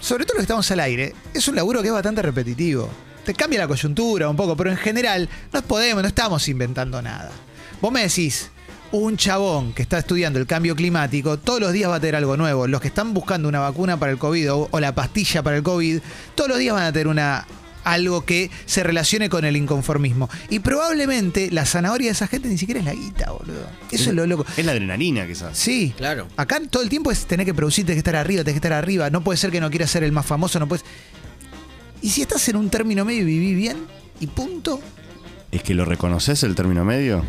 Speaker 1: sobre todo los que estamos al aire, es un laburo que es bastante repetitivo. Te cambia la coyuntura un poco, pero en general no podemos, no estamos inventando nada. Vos me decís, un chabón que está estudiando el cambio climático, todos los días va a tener algo nuevo. Los que están buscando una vacuna para el COVID o, o la pastilla para el COVID, todos los días van a tener una algo que se relacione con el inconformismo. Y probablemente la zanahoria de esa gente ni siquiera es la guita, boludo. Eso es lo loco.
Speaker 5: Es la adrenalina quizás.
Speaker 1: Sí.
Speaker 3: Claro.
Speaker 1: Acá todo el tiempo es tener que producir, tenés que estar arriba, tenés que estar arriba. No puede ser que no quieras ser el más famoso, no puedes. Y si estás en un término medio y viví bien, y punto,
Speaker 5: Es que lo reconoces el término medio.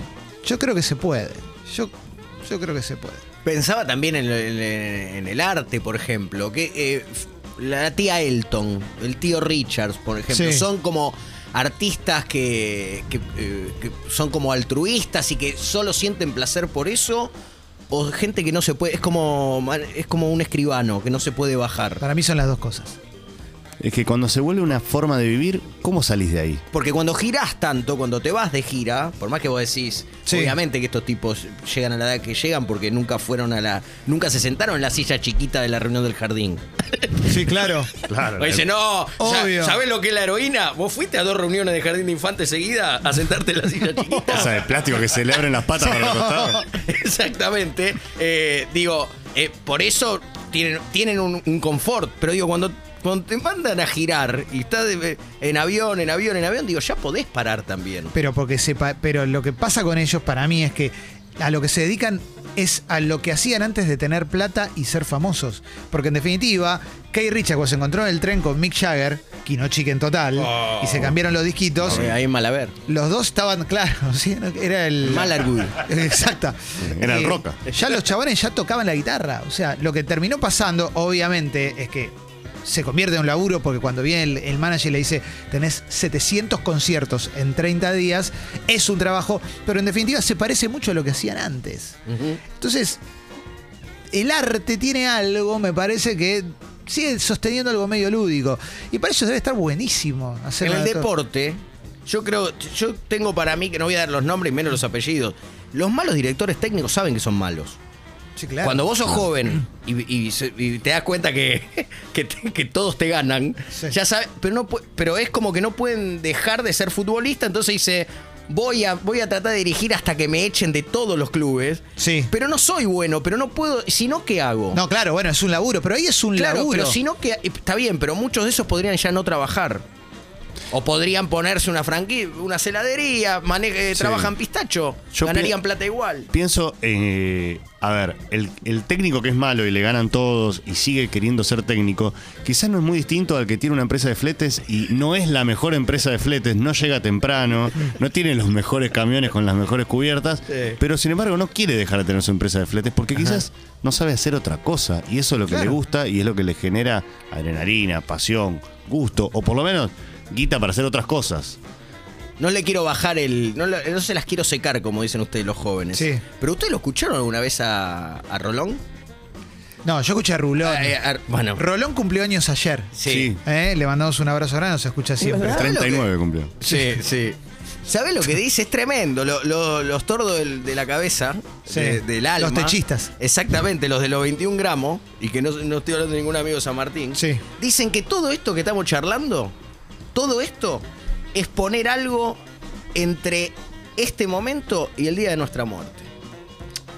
Speaker 1: yo creo que se puede. Yo, yo creo que se puede.
Speaker 3: Pensaba también en, lo- en- en el arte, por ejemplo, que eh, f- la tía Elton, el tío Richards, por ejemplo,
Speaker 1: Sí.
Speaker 3: son como artistas que, que, eh, que son como altruistas y que solo sienten placer por eso, o gente que no se puede, es como, man- es como un escribano que no se puede bajar.
Speaker 1: Para mí son las dos cosas.
Speaker 5: Es que cuando se vuelve una forma de vivir, ¿cómo salís de ahí?
Speaker 3: Porque cuando girás tanto, cuando te vas de gira, por más que vos decís,
Speaker 1: Sí.
Speaker 3: obviamente que estos tipos llegan a la edad que llegan porque nunca fueron a la, nunca se sentaron en la silla chiquita de la reunión del jardín.
Speaker 1: Sí, claro.
Speaker 5: Claro.
Speaker 2: Me dice, no,
Speaker 1: Obvio.
Speaker 2: sa- ¿sabés lo que es la heroína? Vos fuiste a dos reuniones de jardín de infantes seguida a sentarte en la silla chiquita.
Speaker 5: Esa de plástico que se le abren las patas para los costados.
Speaker 3: Exactamente. Eh, digo, eh, por eso tienen, tienen un, un confort. Pero digo, cuando, cuando te mandan a girar y estás de- en avión, en avión, en avión, digo, ya podés parar también.
Speaker 1: Pero porque sepa, pero lo que pasa con ellos para mí es que a lo que se dedican es a lo que hacían antes de tener plata y ser famosos. Porque en definitiva, Kay Richards cuando se encontró en el tren con Mick Jagger, Kino Chicken total, y se cambiaron los disquitos.
Speaker 3: Eh, Ahí en Malaber.
Speaker 1: Los dos estaban, claro, sí, era el.
Speaker 3: Malargüe.
Speaker 1: Exacta.
Speaker 5: Era el Roca.
Speaker 1: Ya los chabones ya tocaban la guitarra. O sea, lo que terminó pasando, obviamente, es que se convierte en un laburo porque cuando viene el, el manager y le dice, tenés 700 conciertos en 30 días, es un trabajo, pero en definitiva se parece mucho a lo que hacían antes. Entonces, el arte tiene algo, me parece que sigue sosteniendo algo medio lúdico. Y para ellos debe estar buenísimo hacer
Speaker 3: En el deporte, yo creo, yo tengo para mí que no voy a dar los nombres y menos los apellidos. Los malos directores técnicos saben que son malos.
Speaker 1: Sí, claro.
Speaker 3: Cuando vos sos joven y, y se- y te das cuenta que, que te- que todos te ganan,
Speaker 1: Sí.
Speaker 3: ya sabes, pero, no, pu- pero es como que no pueden dejar de ser futbolista, entonces dice, voy a, voy a tratar de dirigir hasta que me echen de todos los clubes,
Speaker 1: Sí.
Speaker 3: pero no soy bueno, pero no puedo, si no, ¿qué hago?
Speaker 1: No, claro, bueno, es un laburo, pero ahí es un
Speaker 3: claro,
Speaker 1: laburo.
Speaker 3: pero si no, ¿qué- está bien, pero muchos de esos podrían ya no trabajar. O podrían ponerse una franquicia, una celadería, mane- eh,
Speaker 5: Sí.
Speaker 3: trabajan pistacho,
Speaker 5: Yo
Speaker 3: ganarían
Speaker 5: pi-
Speaker 3: plata igual.
Speaker 5: Pienso, eh, a ver, el, el técnico que es malo y le ganan todos y sigue queriendo ser técnico, quizás no es muy distinto al que tiene una empresa de fletes y no es la mejor empresa de fletes, no llega temprano, no tiene los mejores camiones con las mejores cubiertas, pero sin embargo no quiere dejar de tener su empresa de fletes porque quizás no sabe hacer otra cosa y eso es lo que le
Speaker 1: Claro.
Speaker 5: gusta y es lo que le genera adrenalina, pasión, gusto o por lo menos guita para hacer otras cosas.
Speaker 3: No le quiero bajar el. No, le- no se las quiero secar, como dicen ustedes los jóvenes.
Speaker 1: Sí.
Speaker 3: Pero ustedes lo escucharon alguna vez a, a Rolón.
Speaker 1: No, yo escuché Eh, a Rulón.
Speaker 3: Ay, a- bueno.
Speaker 1: Rolón cumplió años ayer.
Speaker 5: Sí.
Speaker 1: Eh, Le mandamos un abrazo grande, se escucha siempre.
Speaker 3: ¿Verdad? Ah, lo que-
Speaker 5: 39 cumplió.
Speaker 3: Sí, sí. ¿Sabés lo que dice? Es tremendo. Lo- lo- los tordos del- de la cabeza,
Speaker 1: Sí.
Speaker 3: de- del
Speaker 1: Los
Speaker 3: alma.
Speaker 1: techistas.
Speaker 3: Exactamente, los de los 21 gramos, y que no, no estoy hablando de ningún amigo de San Martín.
Speaker 1: Sí.
Speaker 3: Dicen que todo esto que estamos charlando, todo esto es poner algo entre este momento y el día de nuestra muerte.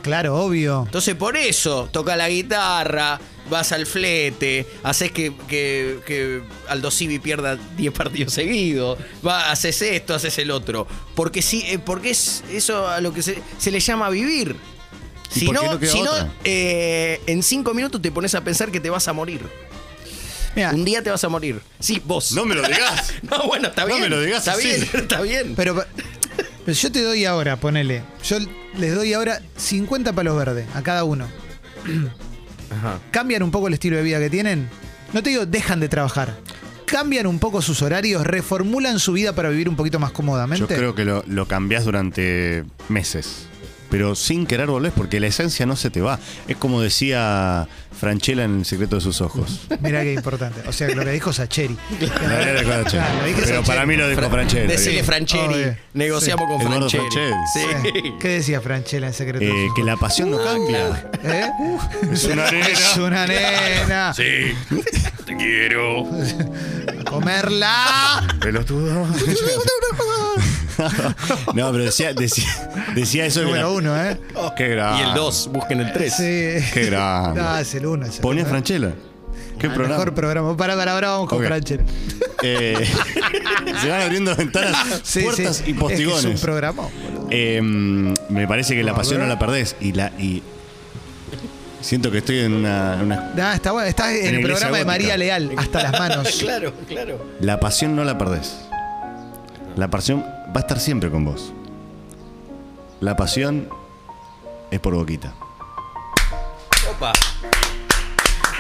Speaker 1: Claro, obvio.
Speaker 3: Entonces por eso toca la guitarra, vas al flete, haces que, que, que Aldo Civi pierda 10 partidos seguidos, va, haces esto, haces el otro. Porque sí, eh, porque es eso a lo que se, se le llama vivir.
Speaker 5: ¿Y
Speaker 3: Si
Speaker 5: por
Speaker 3: no,
Speaker 5: qué no queda
Speaker 3: si no,
Speaker 5: otra?
Speaker 3: eh, en cinco minutos te pones a pensar que te vas a morir.
Speaker 1: Mirá,
Speaker 3: Un día te vas a morir. Sí, vos.
Speaker 5: Ah. No me lo digas.
Speaker 3: No, bueno, está
Speaker 5: No
Speaker 3: bien.
Speaker 5: me lo digas
Speaker 3: Está
Speaker 5: así.
Speaker 3: bien, está bien.
Speaker 1: pero, pero yo te doy ahora, ponele. Yo les doy ahora 50 palos verdes a cada uno. Cambian un poco el estilo de vida que tienen. No te digo, dejan de trabajar. Cambian un poco sus horarios, reformulan su vida para vivir un poquito más cómodamente.
Speaker 5: Yo creo que lo, lo cambiás durante meses. Pero sin querer volvés porque la esencia no se te va. Es como decía Franchella en El secreto de sus ojos.
Speaker 1: Mira qué importante. O sea, lo que dijo Sacheri.
Speaker 5: No era Franchella.
Speaker 1: Claro, dije
Speaker 5: Pero
Speaker 1: Sacheri.
Speaker 5: para mí lo dijo Franchella.
Speaker 3: Decirle Francheri.
Speaker 1: Obvio.
Speaker 3: Negociamos
Speaker 5: Sí.
Speaker 3: con
Speaker 5: Eduardo
Speaker 3: Francheri.
Speaker 5: Francheri.
Speaker 1: Sí. ¿Qué decía Franchella en secreto? de
Speaker 5: Eh,
Speaker 1: sus
Speaker 5: que la
Speaker 1: ojos?
Speaker 5: pasión no cambia.
Speaker 1: ¿Eh?
Speaker 5: Es una arena.
Speaker 1: Uh. Es una nena.
Speaker 2: Sí, te quiero.
Speaker 1: Comerla.
Speaker 5: Pelotudo. no, pero decía, decía, decía eso. que
Speaker 1: Número
Speaker 5: la- Oh,
Speaker 1: uno, ¿eh?
Speaker 5: Qué grande.
Speaker 2: Y el 2, busquen el 3.
Speaker 1: Sí.
Speaker 5: Qué grande.
Speaker 1: No, es el uno. es el
Speaker 5: Ponía
Speaker 1: uno.
Speaker 5: Franchella. Qué
Speaker 1: El
Speaker 5: programa.
Speaker 1: Ah, mejor programa. Para, para, ahora vamos con
Speaker 5: Ok.
Speaker 1: Franchella.
Speaker 5: Eh, se van abriendo ventanas,
Speaker 1: Sí,
Speaker 5: puertas
Speaker 1: sí.
Speaker 5: y postigones.
Speaker 1: Es, que es un programa.
Speaker 5: Eh, me parece que la pasión no la perdés. Y la. Y siento que estoy en una. una-
Speaker 1: Nah, está bueno. Está en,
Speaker 5: En
Speaker 1: el
Speaker 5: iglesia
Speaker 1: programa de
Speaker 5: gótica.
Speaker 1: María Leal, hasta las manos.
Speaker 2: Claro, claro.
Speaker 5: la pasión no la perdés. La pasión va a estar siempre con vos. La pasión es por boquita.
Speaker 2: Opa.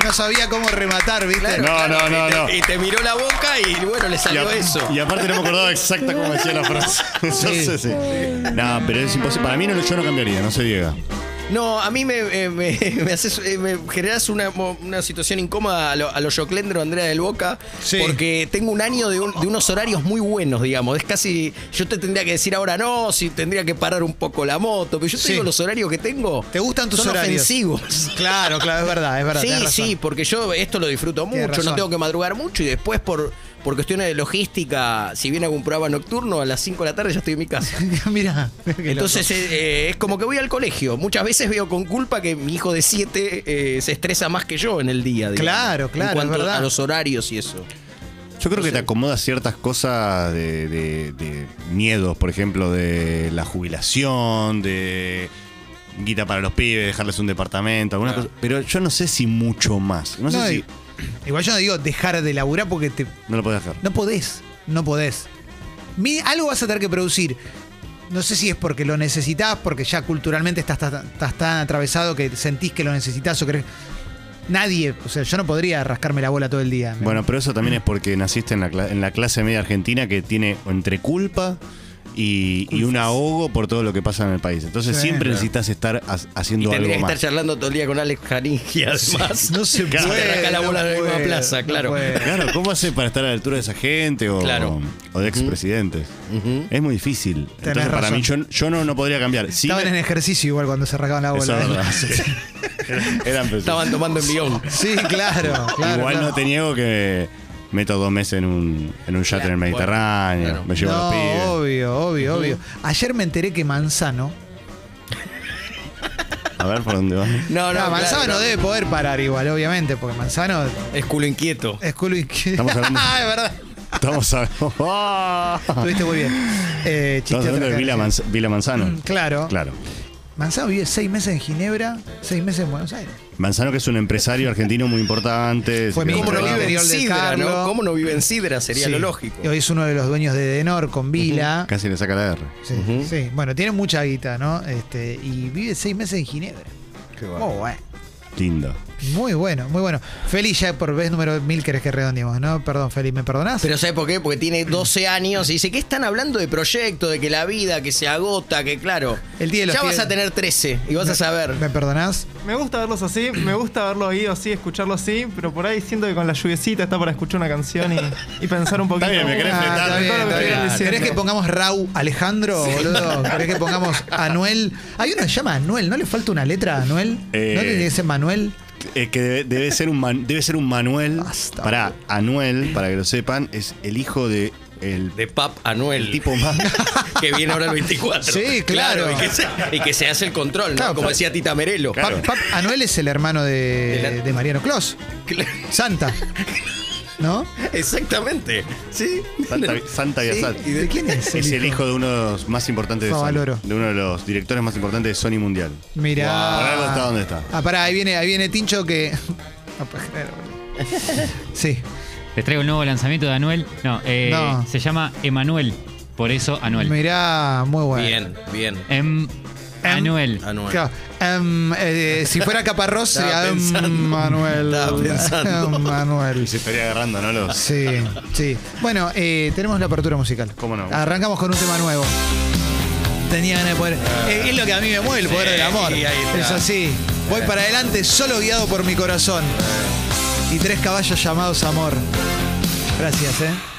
Speaker 1: No sabía cómo rematar, ¿viste?
Speaker 5: No, no, no, no.
Speaker 2: Y te miró la boca y bueno, le
Speaker 5: Y,
Speaker 2: salió
Speaker 5: a-
Speaker 2: eso.
Speaker 5: y aparte no me acordaba exacta cómo decía la frase. Entonces, sí. No, pero es imposible. Para mí no, lo- yo no cambiaría, no se diga.
Speaker 3: No, a mí me, eh, me, me haces, eh, me generas una, mo- una situación incómoda a lo, a lo Joclendro Andrea del Boca,
Speaker 1: Sí.
Speaker 3: porque tengo un año de, un- de unos horarios muy buenos, digamos. Es casi, yo te tendría que decir ahora no, si tendría que parar un poco la moto, pero yo te
Speaker 1: Sí.
Speaker 3: digo los horarios que tengo.
Speaker 1: ¿Te gustan tus
Speaker 3: son
Speaker 1: horarios?
Speaker 3: ofensivos.
Speaker 1: Claro, claro, es verdad, es verdad.
Speaker 3: Sí,
Speaker 1: tenés razón.
Speaker 3: sí, porque yo esto lo disfruto
Speaker 1: Tenés
Speaker 3: mucho,
Speaker 1: razón.
Speaker 3: no tengo que madrugar mucho y después por, por cuestiones de logística, si bien hago un programa nocturno, a las 5 de la tarde ya estoy en mi casa.
Speaker 1: Mirá. qué
Speaker 3: Entonces eh, eh, es como que voy al colegio. Muchas veces veo con culpa que mi hijo de 7 se estresa más que yo en el día. digamos.
Speaker 1: Claro, claro,
Speaker 3: En cuanto
Speaker 1: es verdad.
Speaker 3: a los horarios y eso.
Speaker 5: Yo creo que te acomodas ciertas cosas de, de- de miedos, por ejemplo, de la jubilación, de guita para los pibes, dejarles un departamento, algunas cosas. Pero yo no sé si mucho más. No,
Speaker 1: loco.
Speaker 5: sé
Speaker 1: No,
Speaker 5: si.
Speaker 1: y- Igual yo no digo dejar de laburar porque te,
Speaker 5: No lo podés dejar.
Speaker 1: No podés, no podés. Mi- algo vas a tener que producir. No sé si es porque lo necesitas, porque ya culturalmente estás, tan- estás tan atravesado que sentís que lo necesitas o crees. Nadie, o sea, yo no podría rascarme la bola todo el día. Me-
Speaker 5: Bueno, pero eso también es porque naciste en la, cla- en la clase media argentina que tiene entre culpa y, y un ahogo por todo lo que pasa en el país. Entonces
Speaker 1: Sí,
Speaker 5: siempre
Speaker 1: claro.
Speaker 5: necesitas estar ha-
Speaker 3: Y
Speaker 5: haciendo
Speaker 3: tendría
Speaker 5: algo
Speaker 3: que estar
Speaker 5: más.
Speaker 3: charlando todo el día con Alex Jaringi además.
Speaker 1: no se
Speaker 3: Claro.
Speaker 1: puede.
Speaker 3: Te rasca la
Speaker 1: no
Speaker 3: bola en la misma
Speaker 1: puede,
Speaker 3: plaza,
Speaker 1: no
Speaker 3: claro.
Speaker 1: puede.
Speaker 5: Claro, ¿cómo hace para estar a la altura de esa gente o,
Speaker 3: Claro.
Speaker 5: o de expresidentes? Es muy difícil. Entonces, para
Speaker 1: razón.
Speaker 5: mí, yo, yo no, no podría cambiar. Sí,
Speaker 1: Estaban en ¿eh?
Speaker 5: me-
Speaker 1: ejercicio igual cuando se rascaban la
Speaker 5: Eso es
Speaker 1: bola.
Speaker 5: verdad, sí. Eran- eran pesos.
Speaker 3: Estaban tomando envión.
Speaker 1: Sí, claro, claro.
Speaker 5: Igual
Speaker 1: claro.
Speaker 5: no te niego que meto dos meses en un, en un yate en el Mediterráneo,
Speaker 3: Claro.
Speaker 5: me llevo a los pibes.
Speaker 1: No, obvio, obvio, obvio. Ayer me enteré que Manzano.
Speaker 5: A ver por dónde va.
Speaker 3: No, no,
Speaker 1: No, Ah, Manzano
Speaker 3: claro,
Speaker 1: no debe poder parar igual, obviamente, porque Manzano
Speaker 3: Es culo inquieto.
Speaker 1: es culo inquieto.
Speaker 5: Estamos hablando-
Speaker 1: Ah, es verdad.
Speaker 5: Estamos a...
Speaker 1: Estuviste muy bien. Eh, chiste
Speaker 5: Estamos hablando de
Speaker 1: atrás,
Speaker 5: Vila,
Speaker 1: sí.
Speaker 5: Manz- Vila Manzano.
Speaker 1: Mm, Claro.
Speaker 5: Claro.
Speaker 1: Manzano vive seis meses en Ginebra, seis meses en Buenos Aires.
Speaker 5: Manzano, que es un empresario argentino muy importante.
Speaker 1: Fue
Speaker 5: se quedó
Speaker 1: ministro
Speaker 3: ¿Cómo no
Speaker 1: Pero
Speaker 5: trabajando.
Speaker 1: vive
Speaker 3: vive en
Speaker 1: Oriol de
Speaker 3: Sidra,
Speaker 1: Carlo.
Speaker 3: no? ¿Cómo no vive en Sidra? Sería
Speaker 1: Sí.
Speaker 3: lo lógico.
Speaker 1: Y hoy es uno de los dueños de Denor con Vila.
Speaker 5: Casi le saca la R.
Speaker 1: Sí, sí. Bueno, tiene mucha guita, ¿no? Este, y vive seis meses en Ginebra. Muy bueno.
Speaker 5: Lindo.
Speaker 1: Muy bueno, muy bueno. Feli, ya por vez número mil querés que redondeemos, ¿no? Perdón, Feli, ¿me perdonás?
Speaker 3: Pero ¿sabes por qué? Porque tiene 12 años y dice que están hablando de proyecto, de que la vida, que se agota, que claro.
Speaker 1: El día de los
Speaker 3: ya vas
Speaker 1: pibes.
Speaker 3: a tener 13 y vas a saber.
Speaker 1: ¿Me perdonás?
Speaker 6: Me gusta verlos así, me gusta verlo oído así, escucharlo así, pero por ahí siento que con la lluviecita está para escuchar una canción y, y pensar un poquito.
Speaker 5: bien, me querés
Speaker 6: Ah,
Speaker 5: fletar.
Speaker 1: está
Speaker 6: todo lo
Speaker 1: bien,
Speaker 6: que
Speaker 1: está
Speaker 6: estuvieron
Speaker 1: bien.
Speaker 6: diciendo.
Speaker 1: ¿Querés que pongamos Rau Alejandro, boludo? ¿Querés que pongamos Anuel? Hay uno que se llama Anuel, ¿no le falta una letra a Anuel?
Speaker 5: Eh,
Speaker 1: ¿No le dice Manuel?
Speaker 5: Es eh, que debe, debe ser un man- debe ser un Manuel.
Speaker 1: Basta.
Speaker 5: Pará, Anuel, para que lo sepan, es el hijo de el,
Speaker 3: de Pap Anuel.
Speaker 5: el tipo más.
Speaker 3: que viene ahora el 24.
Speaker 1: Sí, claro.
Speaker 3: y, que se, y que se hace el control, ¿no?
Speaker 1: Claro,
Speaker 3: como
Speaker 1: pero-
Speaker 3: decía Tita Merelo.
Speaker 5: Claro.
Speaker 1: Pap- Pap- Anuel es el hermano
Speaker 3: De
Speaker 1: de,
Speaker 3: la-
Speaker 1: de Mariano Clos. Santa. ¿No?
Speaker 3: Exactamente. Sí.
Speaker 5: Santa, Santa y Asad.
Speaker 1: ¿Y de quién es?
Speaker 5: Es el hijo de uno de los más importantes de
Speaker 1: Favaloro.
Speaker 5: Sony. De uno de los directores más importantes de Sony Mundial.
Speaker 1: Mirá.
Speaker 5: Por algo está donde está.
Speaker 1: Ah, pará, ahí viene, ahí viene Tincho que. No puedes creer, boludo. Sí.
Speaker 7: Te traigo el nuevo lanzamiento de Anuel. No, eh,
Speaker 1: No.
Speaker 7: se llama Emanuel. Por eso Anuel.
Speaker 1: Mirá, muy bueno.
Speaker 3: Bien, bien.
Speaker 7: Em, Anuel.
Speaker 3: Anuel.
Speaker 1: Claro. Em, eh, si fuera Caparrós
Speaker 3: Estaba
Speaker 1: sería em,
Speaker 3: pensando.
Speaker 1: Manuel.
Speaker 3: Estaba pensando.
Speaker 1: Em, Manuel.
Speaker 5: Y se estaría agarrando, ¿no? Los,
Speaker 1: Sí, sí. Bueno, eh, tenemos la apertura musical.
Speaker 5: ¿Cómo no?
Speaker 1: Arrancamos con un tema nuevo. Tenía ganas de poder. eh, es lo que a mí me mueve el poder
Speaker 3: Ah. Sí,
Speaker 1: del amor.
Speaker 3: ahí está.
Speaker 1: Es así. Voy para adelante solo guiado por mi corazón. Y tres caballos llamados amor. Gracias, eh.